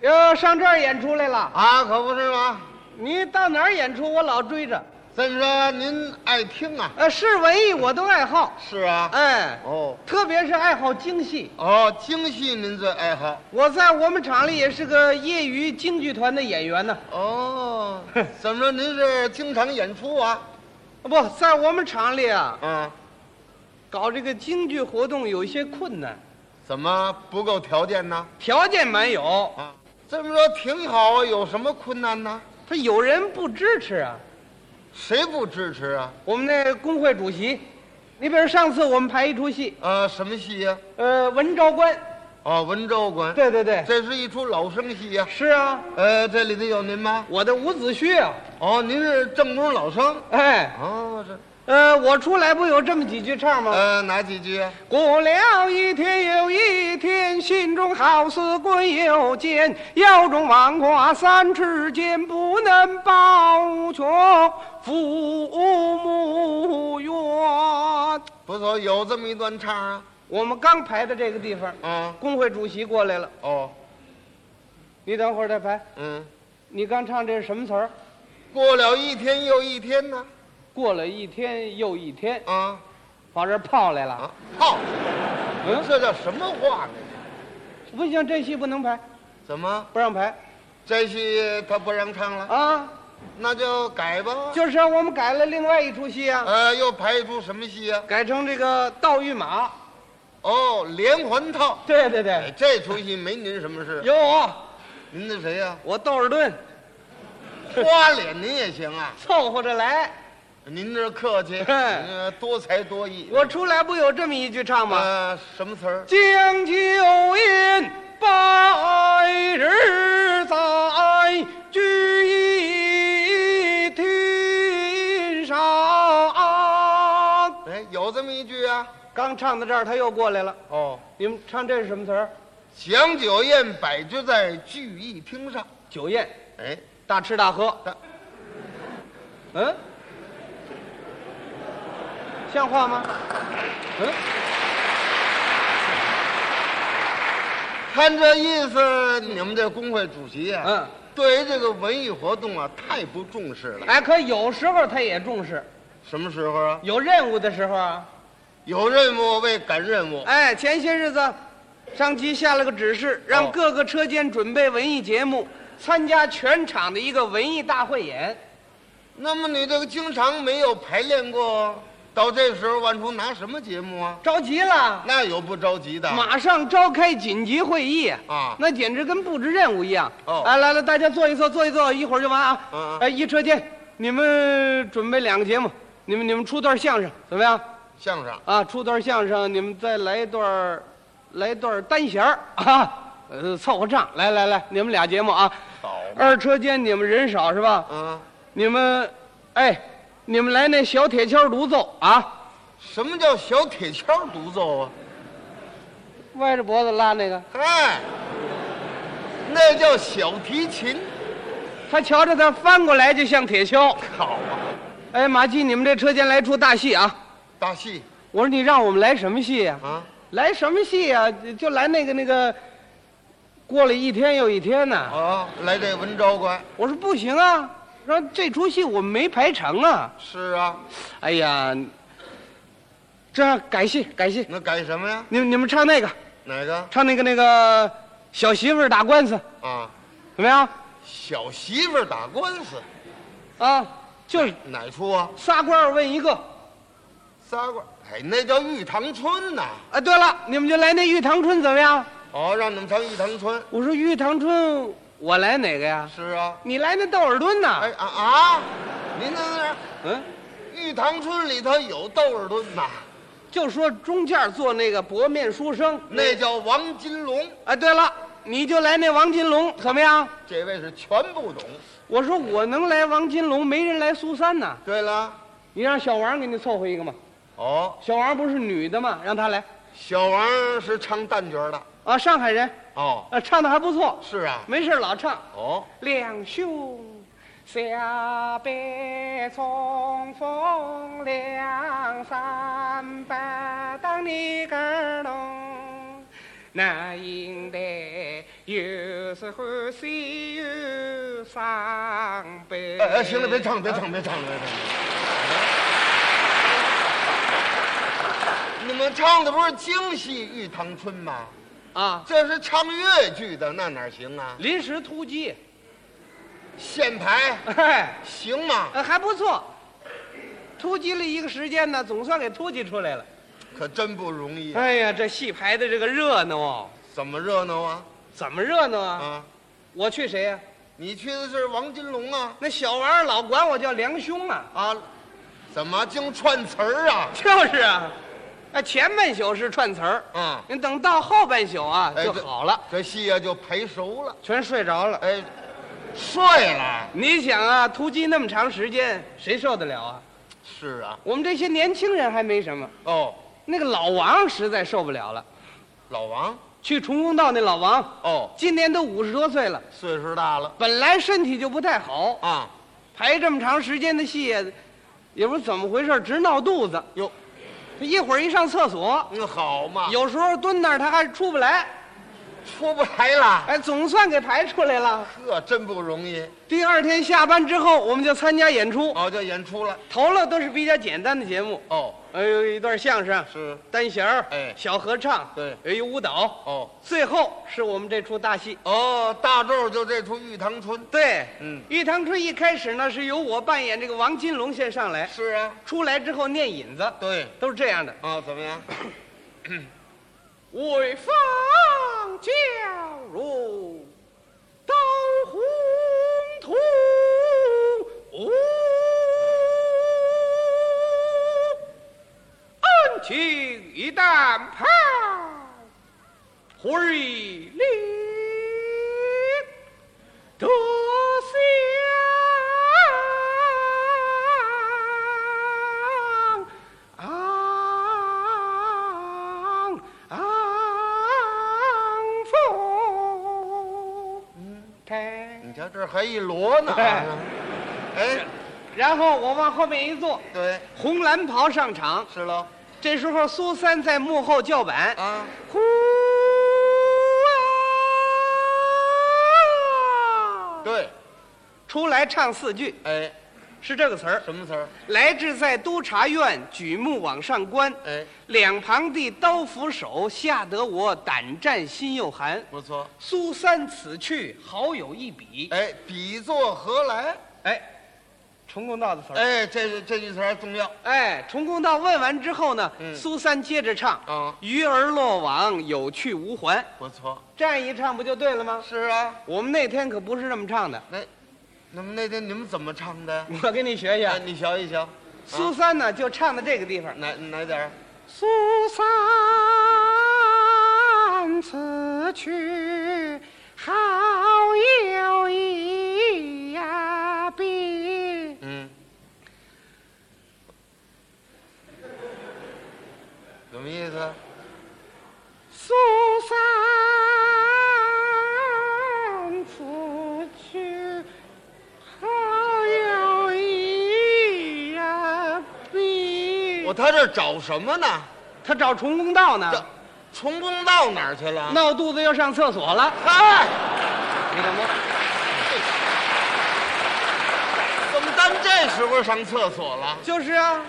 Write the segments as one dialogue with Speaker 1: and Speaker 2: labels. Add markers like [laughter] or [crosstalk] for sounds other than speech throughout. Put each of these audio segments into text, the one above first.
Speaker 1: 要上这儿演出来了？
Speaker 2: 啊，可不是吗？
Speaker 1: 你到哪儿演出，我老追着。
Speaker 2: 再说您爱听啊？
Speaker 1: 呃，是文艺我都爱好，
Speaker 2: 是啊。
Speaker 1: 哎，
Speaker 2: 哦
Speaker 1: 特别是爱好京戏。
Speaker 2: 哦，京戏您最爱好。
Speaker 1: 我在我们厂里也是个业余京剧团的演员呢。 [laughs]
Speaker 2: 哦，怎么着？您是经常演出啊？
Speaker 1: 不在我们厂里啊，
Speaker 2: 啊，
Speaker 1: 搞这个京剧活动有一些困难，
Speaker 2: 怎么不够条件呢？
Speaker 1: 条件蛮有，
Speaker 2: 啊，这么说挺好啊，有什么困难呢？
Speaker 1: 他有人不支持啊。
Speaker 2: 谁不支持啊？
Speaker 1: 我们那工会主席，你比如上次我们排一出戏，
Speaker 2: 呃，什么戏呀、
Speaker 1: 呃，文昭关，
Speaker 2: 哦，文州馆。
Speaker 1: 对对对，
Speaker 2: 这是一出老生戏呀、
Speaker 1: 是啊，
Speaker 2: 呃，这里头有您吗？
Speaker 1: 我的伍子胥啊，
Speaker 2: 哦，您是正宗老生。
Speaker 1: 哎，
Speaker 2: 哦，是。
Speaker 1: 呃，我出来不有这么几句唱吗？
Speaker 2: 呃，哪几句啊？
Speaker 1: 过了一天又一天，心中好似鬼又坚，腰中王瓜三尺剑，不能报全父母冤。
Speaker 2: 不错，有这么一段唱啊。
Speaker 1: 我们刚排的这个地方，
Speaker 2: 啊，
Speaker 1: 工会主席过来了，
Speaker 2: 哦，
Speaker 1: 你等会儿再排。
Speaker 2: 嗯，
Speaker 1: 你刚唱这是什么词儿？
Speaker 2: 过了一天又一天呢。
Speaker 1: 过了一天又一天，
Speaker 2: 啊
Speaker 1: 往这儿泡来了。
Speaker 2: 啊，好、
Speaker 1: 嗯，
Speaker 2: 这叫什么话呢？
Speaker 1: 不行，这戏不能排，
Speaker 2: 怎么
Speaker 1: 不让排
Speaker 2: 这戏他不让唱了？
Speaker 1: 啊！
Speaker 2: 那就改吧。
Speaker 1: 就是让我们改了另外一出戏啊，
Speaker 2: 呃，又排一出什么戏呀、
Speaker 1: 改成这个《盗御马》。
Speaker 2: 哦，连环套。
Speaker 1: 对对
Speaker 2: 哎，
Speaker 1: 对，
Speaker 2: 这出戏没您什么事。
Speaker 1: 有我，
Speaker 2: 您那谁呀、
Speaker 1: 我窦尔顿
Speaker 2: 花脸您也行啊。
Speaker 1: 凑合着来。
Speaker 2: 您这客气，您
Speaker 1: 哎
Speaker 2: 这多才多艺。
Speaker 1: 我出来不有这么一句唱吗？
Speaker 2: 呃，什么词儿？
Speaker 1: 将秋烟，百日在，聚一天上。
Speaker 2: 哎，有这么一句啊。
Speaker 1: 刚唱到这儿，他又过来了。
Speaker 2: 哦，
Speaker 1: 你们唱这是什么词儿？
Speaker 2: 蒋九宴摆就在聚义厅上。
Speaker 1: 酒宴，
Speaker 2: 哎，
Speaker 1: 大吃大喝
Speaker 2: 大。
Speaker 1: 嗯，像话吗？嗯。
Speaker 2: 看这意思，你们这工会主席呀、
Speaker 1: 嗯，
Speaker 2: 对于这个文艺活动啊，太不重视了。
Speaker 1: 哎，可有时候他也重视，
Speaker 2: 什么时候啊？
Speaker 1: 有任务的时候啊。
Speaker 2: 有任务为赶任务。
Speaker 1: 哎，前些日子，上级下了个指示，让各个车间准备文艺节目，参加全场的一个文艺大汇演。
Speaker 2: 那么你这个经常没有排练过，到这时候往出拿什么节目啊？
Speaker 1: 着急了，
Speaker 2: 那有不着急的？
Speaker 1: 马上召开紧急会议
Speaker 2: 啊
Speaker 1: 那简直跟布置任务一样。
Speaker 2: 哦
Speaker 1: 哎，来了，大家坐一坐，坐一坐，一会儿就完啊。
Speaker 2: 嗯嗯
Speaker 1: 哎，一车间，你们准备两个节目，你们你们出段相声怎么样？
Speaker 2: 相声
Speaker 1: 啊，出段相声，你们再来一段儿，来一段儿单弦儿啊，呃，凑合唱。来来来，你们俩节目啊，
Speaker 2: 好嘛
Speaker 1: 二车间你们人少是吧？
Speaker 2: 啊？
Speaker 1: 你们，哎，你们来那小铁锹独奏啊，
Speaker 2: 什么叫小铁锹独奏啊？
Speaker 1: 歪着脖子拉那个。
Speaker 2: 嗨，那叫小提琴。
Speaker 1: 他瞧着他翻过来就像铁锹。
Speaker 2: 好啊，
Speaker 1: 哎，马季，你们这车间来出大戏啊！
Speaker 2: 大戏
Speaker 1: 我说你让我们来什么戏呀、
Speaker 2: 啊，
Speaker 1: 来什么戏呀、就来那个那个，过了一天又一天呢、
Speaker 2: 啊，来这文昭关。
Speaker 1: 我说不行啊，说这出戏我们没排成啊。
Speaker 2: 是啊，
Speaker 1: 哎呀，这样改戏改戏，
Speaker 2: 那改什么呀？
Speaker 1: 你们你们唱那个，
Speaker 2: 哪个
Speaker 1: 唱那个那个小媳妇儿打官司，
Speaker 2: 啊？
Speaker 1: 怎么样？
Speaker 2: 小媳妇儿打官司，
Speaker 1: 啊，就是
Speaker 2: 哪出啊？
Speaker 1: 仨官儿问一个。
Speaker 2: 仨官。哎，那叫玉堂春呐、
Speaker 1: 啊，对了，你们就来那玉堂春怎么样？
Speaker 2: 哦，让你们唱玉堂春。
Speaker 1: 我说玉堂春，我来哪个呀？
Speaker 2: 是啊。
Speaker 1: 你来那窦尔敦呐？
Speaker 2: 哎啊啊！您那那
Speaker 1: 嗯，
Speaker 2: 玉堂春里头有窦尔敦呐，
Speaker 1: 就说中间坐那个薄面书生
Speaker 2: 那叫王金龙。
Speaker 1: 啊，对了，你就来那王金龙怎么样？
Speaker 2: 这位是全不懂。
Speaker 1: 我说我能来王金龙，没人来苏三呐。
Speaker 2: 对了，
Speaker 1: 你让小王给你凑合一个嘛，
Speaker 2: 哦，
Speaker 1: 小王不是女的嘛，让她来。
Speaker 2: 小王是唱旦角的。
Speaker 1: 啊，上海人，
Speaker 2: 哦，
Speaker 1: 啊，唱的还不错，
Speaker 2: 是啊。
Speaker 1: 没事儿老唱。
Speaker 2: 哦，
Speaker 1: 两兄下北冲锋，两三百当你个龙，那应得有时欢喜有伤悲。
Speaker 2: 哎哎，行了，别唱，别唱，别唱了，别唱了。你们唱的不是京戏《玉堂春》吗？
Speaker 1: 啊！
Speaker 2: 这是唱越剧的，那哪行啊？
Speaker 1: 临时突击，
Speaker 2: 现排
Speaker 1: 哎，
Speaker 2: 行吗？
Speaker 1: 呃还不错，突击了一个时间呢，总算给突击出来了。
Speaker 2: 可真不容易，
Speaker 1: 哎呀，这戏排的这个热闹哦，
Speaker 2: 怎么热闹啊？
Speaker 1: 怎么热闹啊？
Speaker 2: 啊，
Speaker 1: 我去谁呀、
Speaker 2: 你去的是王金龙啊？
Speaker 1: 那小玩意儿老管我叫梁兄啊，
Speaker 2: 啊，怎么净串词儿啊？
Speaker 1: 就是啊，哎，前半宿是串词儿，
Speaker 2: 啊，
Speaker 1: 你等到后半宿啊
Speaker 2: 哎
Speaker 1: 就
Speaker 2: 这
Speaker 1: 好了，
Speaker 2: 这戏啊就排熟了。
Speaker 1: 全睡着了。
Speaker 2: 哎，帅了。
Speaker 1: 你想啊，突击那么长时间，谁受得了啊？
Speaker 2: 是啊，
Speaker 1: 我们这些年轻人还没什么，
Speaker 2: 哦，
Speaker 1: 那个老王实在受不了了。
Speaker 2: 老王，
Speaker 1: 去崇光道那老王，
Speaker 2: 哦，
Speaker 1: 今年都五十多岁了，
Speaker 2: 岁数大了
Speaker 1: 本来身体就不太好，
Speaker 2: 啊，
Speaker 1: 排这么长时间的戏也，也不知怎么回事，直闹肚子。
Speaker 2: 哟，
Speaker 1: 他一会儿一上厕所，
Speaker 2: 那好嘛，
Speaker 1: 有时候蹲那儿他还出不来。
Speaker 2: 出不来了，
Speaker 1: 哎，总算给排出来了。
Speaker 2: 这真不容易。
Speaker 1: 第二天下班之后，我们就参加演出，
Speaker 2: 哦，就演出了。
Speaker 1: 投了都是比较简单的节目，
Speaker 2: 哦，
Speaker 1: 哎有一段相声，
Speaker 2: 是，
Speaker 1: 单弦儿，
Speaker 2: 哎
Speaker 1: 小合唱，哎有
Speaker 2: 对
Speaker 1: 一舞蹈，
Speaker 2: 哦，
Speaker 1: 最后是我们这出大戏。
Speaker 2: 哦，大咒就这出《玉堂春》。
Speaker 1: 对，
Speaker 2: 嗯
Speaker 1: 玉堂春一开始呢是由我扮演这个王金龙先上来，
Speaker 2: 是啊，
Speaker 1: 出来之后念引子，
Speaker 2: 对。
Speaker 1: 都是这样的。
Speaker 2: 啊，怎么样？
Speaker 1: 微风娇如刀红土舞，恩情一旦抛，回力得享。昂昂富泰。
Speaker 2: 你瞧这儿还一摞呢。
Speaker 1: 哎
Speaker 2: 哎，
Speaker 1: 然后我往后面一坐，
Speaker 2: 对，
Speaker 1: 红蓝袍上场。
Speaker 2: 是喽。
Speaker 1: 这时候苏三在幕后叫板，
Speaker 2: 啊，
Speaker 1: 呼啊！
Speaker 2: 对，
Speaker 1: 出来唱四句，
Speaker 2: 哎，
Speaker 1: 是这个词儿：
Speaker 2: 什么词儿？
Speaker 1: 来至在督察院，举目往上观。呃
Speaker 2: 哎，
Speaker 1: 两旁的刀斧手，吓得我胆战心又寒。
Speaker 2: 不错。
Speaker 1: 苏三此去好友一比。
Speaker 2: 哎，比作何来？
Speaker 1: 哎，崇公道的词儿。
Speaker 2: 哎，这句这句词儿重要。
Speaker 1: 哎，崇公道问完之后呢，
Speaker 2: 嗯
Speaker 1: 苏三接着唱
Speaker 2: 啊
Speaker 1: 鱼儿落网，有去无还。
Speaker 2: 不错。
Speaker 1: 这样一唱不就对了吗？
Speaker 2: 是啊，
Speaker 1: 我们那天可不是这么唱的，
Speaker 2: 那，那么那天你们怎么唱的？
Speaker 1: 我给你学学。
Speaker 2: 哎，你瞧一瞧，
Speaker 1: 苏三呢就唱的这个地方。
Speaker 2: 哪哪点儿？
Speaker 1: 苏三此去好友一呀比，
Speaker 2: 嗯，什么意思？
Speaker 1: 苏三此去好友一呀比。
Speaker 2: 我他这找什么呢？
Speaker 1: 他找重公道呢，
Speaker 2: 这从公道哪儿去了？
Speaker 1: 闹肚子又上厕所了，
Speaker 2: 嗨，
Speaker 1: 你怎么？
Speaker 2: 怎么咱们这时候上厕所了？
Speaker 1: 就是啊，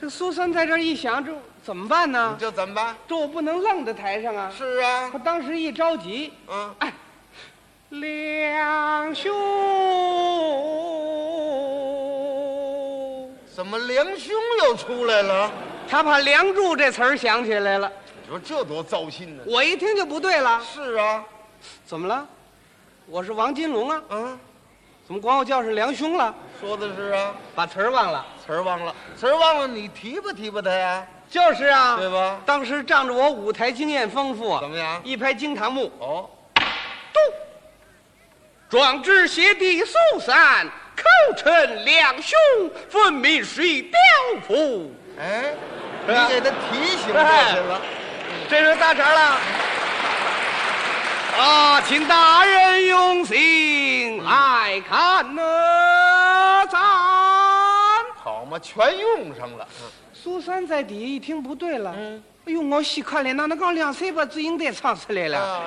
Speaker 1: 这苏三在这儿一想，这怎么办呢
Speaker 2: 你？这怎么办？
Speaker 1: 这我不能愣在台上啊！
Speaker 2: 啊是啊
Speaker 1: 他，当时一着急，
Speaker 2: 嗯，
Speaker 1: 哎，两兄，
Speaker 2: 怎么梁兄又出来了？
Speaker 1: 他把“梁祝”这词儿想起来了。
Speaker 2: 你说这多糟心呢、
Speaker 1: 我一听就不对了，
Speaker 2: 是啊，
Speaker 1: 怎么了？我是王金龙啊，
Speaker 2: 嗯，
Speaker 1: 怎么管我叫是梁兄了？
Speaker 2: 说的是啊，
Speaker 1: 把词儿忘了。
Speaker 2: 词儿忘了，词儿忘了，你提吧提吧他呀，
Speaker 1: 就是啊，
Speaker 2: 对吧？
Speaker 1: 当时仗着我舞台经验丰富啊
Speaker 2: 怎，么样？
Speaker 1: 一拍惊堂木，
Speaker 2: 哦，
Speaker 1: 壮志邪地苏三，口称两兄，分明是刁夫。
Speaker 2: 哎，
Speaker 1: 是啊
Speaker 2: 你给他提醒过去了。
Speaker 1: 这是大茬了。啊，请大人用心来看哪咱
Speaker 2: 好嘛，全用上了。
Speaker 1: 苏三在底下一听不对了，
Speaker 2: 嗯，
Speaker 1: 哎呦，我细看了，那那刚两岁把嘴应该唱出来了。
Speaker 2: 啊，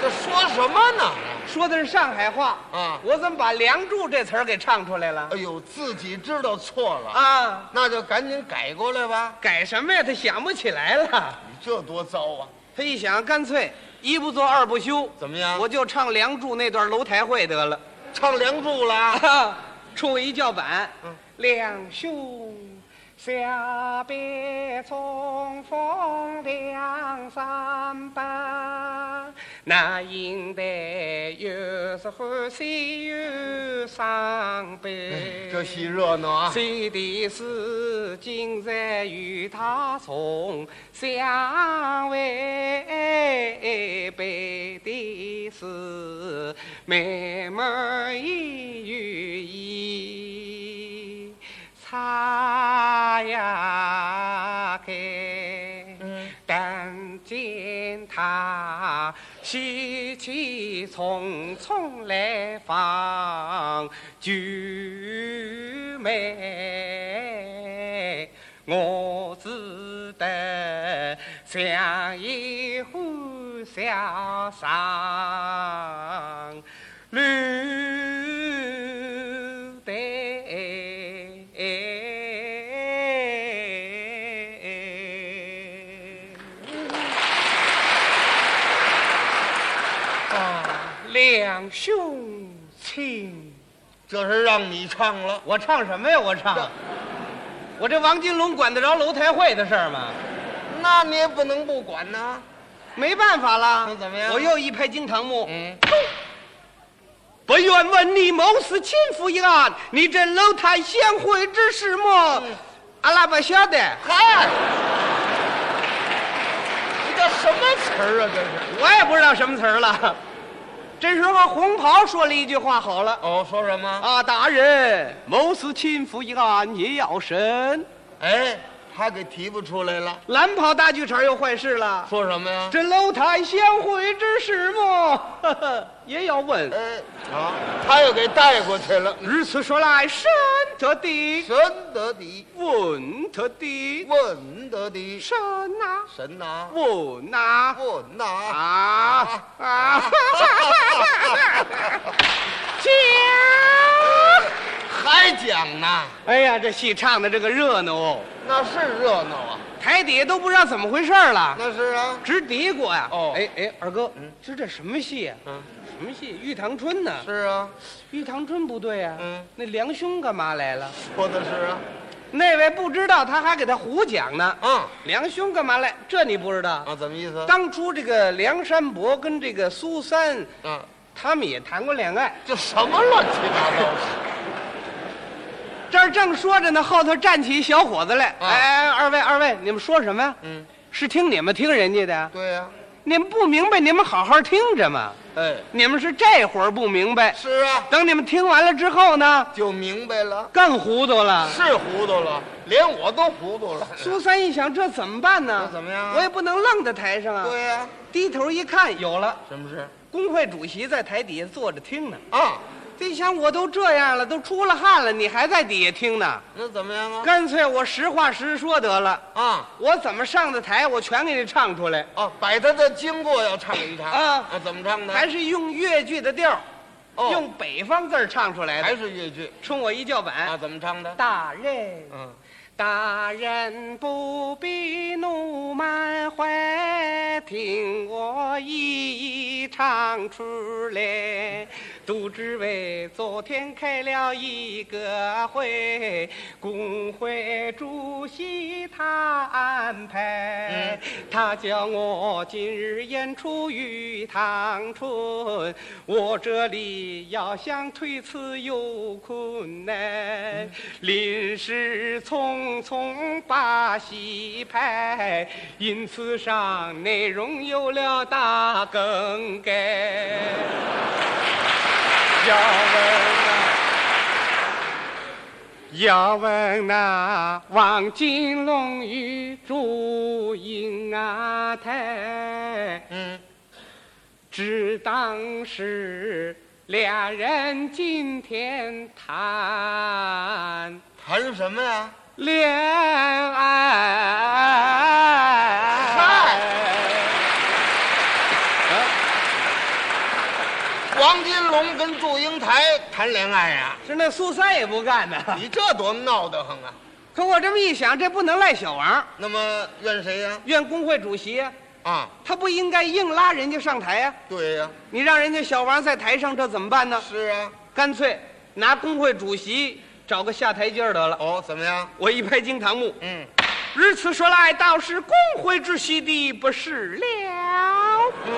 Speaker 2: 这说什么呢？
Speaker 1: 说的是上海话
Speaker 2: 嗯啊
Speaker 1: 我怎么把《梁祝》这词儿给唱出来了
Speaker 2: 哎？呦，自己知道错了，
Speaker 1: 啊，
Speaker 2: 那就赶紧改过来吧。
Speaker 1: 改什么呀？他想不起来了。
Speaker 2: 你这多糟啊！
Speaker 1: 他一想，干脆一不做二不休，
Speaker 2: 怎么样？
Speaker 1: 我就唱《梁祝》那段楼台会得了。
Speaker 2: 唱《梁祝》了。
Speaker 1: 啊， [laughs] 出一叫板
Speaker 2: 嗯，
Speaker 1: 两兄下别重逢两三班，那应得又是欢喜又伤悲。
Speaker 2: [laughs] 哎这戏热闹啊！
Speaker 1: 谁的事今日与他重相违背的是妹妹一语一擦呀开。但见他喜气匆匆来访九妹，我只得想一壶小伤留待。
Speaker 2: 啊，
Speaker 1: 两兄亲，
Speaker 2: 这是让你唱了。
Speaker 1: 我唱什么呀？我唱，我这王金龙管得着楼台会的事儿吗？
Speaker 2: 那你也不能不管呐。
Speaker 1: 没办法啦，
Speaker 2: 那怎么样
Speaker 1: 我又一拍惊堂木。
Speaker 2: 嗯，
Speaker 1: 本愿问你谋私亲夫一案，你这楼台相会之事么？阿拉不晓得，
Speaker 2: 嗨，你这什么词儿啊？这是？
Speaker 1: 我也不知道什么词儿了。这时候红袍说了一句话，好了
Speaker 2: 哦，说什么？
Speaker 1: 啊，大人谋私亲夫一案也要审。
Speaker 2: 哎，他给提不出来了。
Speaker 1: 蓝袍大剧场又坏事了。
Speaker 2: 说什么呀？
Speaker 1: 这楼台相会之事么， [laughs] 也要问。
Speaker 2: 哎，啊，他又给带过去了。
Speaker 1: 如此说来，深特的，
Speaker 2: 神得的，
Speaker 1: 问特的，
Speaker 2: 问得的，
Speaker 1: 深呐、
Speaker 2: 神呐，
Speaker 1: 问呐、
Speaker 2: 问
Speaker 1: 啊，
Speaker 2: 呐。
Speaker 1: 啊啊！讲，
Speaker 2: 还讲呢？
Speaker 1: 哎呀，这戏唱的这个热闹哦，
Speaker 2: 那是热闹啊。
Speaker 1: 台底下都不知道怎么回事儿了，
Speaker 2: 那是啊。
Speaker 1: 直嘀咕呀。
Speaker 2: 哦
Speaker 1: 哎哎，二哥
Speaker 2: 嗯，
Speaker 1: 这这什么戏呀？
Speaker 2: 嗯，
Speaker 1: 什么戏？玉堂春呢？
Speaker 2: 是啊，
Speaker 1: 玉堂春不对啊。
Speaker 2: 嗯
Speaker 1: 那梁兄干嘛来了？
Speaker 2: 说的是啊。
Speaker 1: 那位不知道，他还给他胡讲呢。
Speaker 2: 嗯，
Speaker 1: 梁兄干嘛来？这你不知道？
Speaker 2: 啊，怎么意思？
Speaker 1: 当初这个梁山伯跟这个苏三，
Speaker 2: 啊，
Speaker 1: 他们也谈过恋爱。
Speaker 2: 这什么乱七八糟的？
Speaker 1: 这儿正说着呢，后头站起一小伙子来。
Speaker 2: 啊
Speaker 1: 哎，二位二位，你们说什么呀？
Speaker 2: 嗯，
Speaker 1: 是听你们听人家的啊呀？
Speaker 2: 对啊呀、
Speaker 1: 你们不明白，你们好好听着嘛。
Speaker 2: 哎，
Speaker 1: 你们是这会儿不明白，
Speaker 2: 是啊，
Speaker 1: 等你们听完了之后呢，
Speaker 2: 就明白了，
Speaker 1: 更糊涂了。
Speaker 2: 是糊涂了，连我都糊涂了。
Speaker 1: 苏三一想，这怎么办呢
Speaker 2: 那？怎么样啊
Speaker 1: 我也不能愣在台上啊。
Speaker 2: 对呀、
Speaker 1: 低头一看，有了。
Speaker 2: 什么事？
Speaker 1: 工会主席在台底下坐着听呢。
Speaker 2: 啊，
Speaker 1: 这一想我都这样了，都出了汗了，你还在底下听呢？
Speaker 2: 那怎么样啊？
Speaker 1: 干脆我实话实说得了，
Speaker 2: 啊
Speaker 1: 我怎么上的台，我全给你唱出来，
Speaker 2: 啊，把他的经过要唱一唱
Speaker 1: 啊
Speaker 2: 啊，怎么唱的？
Speaker 1: 还是用越剧的调儿，
Speaker 2: 哦
Speaker 1: 用北方字儿唱出来
Speaker 2: 还
Speaker 1: 的。
Speaker 2: 是越剧
Speaker 1: 冲我一叫板，
Speaker 2: 啊？怎么唱的？
Speaker 1: 大人，
Speaker 2: 嗯，
Speaker 1: 大人不必怒满怀，听我一一唱出来。都知为昨天开了一个会，工会主席他安排，他叫我今日演出玉堂春，我这里要想推辞有困难，临时匆匆把戏排，因此上内容有了大更改。要问呐，要问啊呐，王金龙与祝英啊台，
Speaker 2: 嗯，
Speaker 1: 只当是俩人今天谈
Speaker 2: 谈什么呀？
Speaker 1: 恋爱。
Speaker 2: 王金龙跟祝英台谈恋爱呀、
Speaker 1: 是那苏三也不干呢。
Speaker 2: 你这多闹得很啊！
Speaker 1: [laughs] 可我这么一想，这不能赖小王，
Speaker 2: 那么怨谁呀、
Speaker 1: 怨工会主席啊，
Speaker 2: 啊？
Speaker 1: 他不应该硬拉人家上台啊！
Speaker 2: 对呀、
Speaker 1: 你让人家小王在台上，这怎么办呢？
Speaker 2: 是啊。
Speaker 1: 干脆拿工会主席找个下台阶儿得了。
Speaker 2: 哦，怎么样？
Speaker 1: 我一拍惊堂木，
Speaker 2: 嗯
Speaker 1: 如此说来，倒是工会主席的不是了。
Speaker 2: 嗯，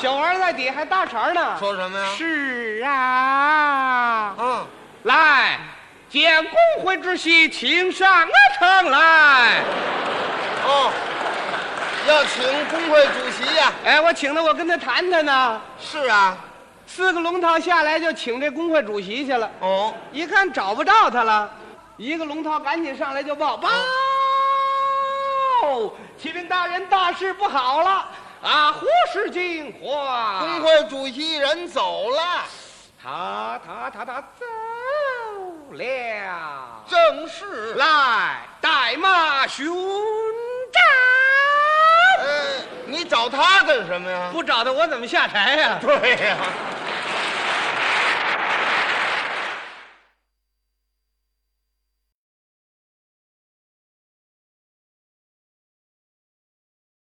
Speaker 1: 小王在底下还搭茬呢，
Speaker 2: 说什么呀？
Speaker 1: 是啊，
Speaker 2: 啊，
Speaker 1: 来，见工会主席，请上堂来。
Speaker 2: 哦，要请工会主席呀、
Speaker 1: 哎，我请他，我跟他谈谈呢。
Speaker 2: 是啊。
Speaker 1: 四个龙套下来就请这工会主席去了，
Speaker 2: 哦，
Speaker 1: 一看找不着他了，一个龙套赶紧上来就报报，启禀大人，大事不好了啊！胡世金花，
Speaker 2: 工会主席人走了，
Speaker 1: 他他他他走了，
Speaker 2: 正是。
Speaker 1: 来代骂寻找，
Speaker 2: 呃，你找他干什么呀？
Speaker 1: 不找他我怎么下台呀、
Speaker 2: 对呀、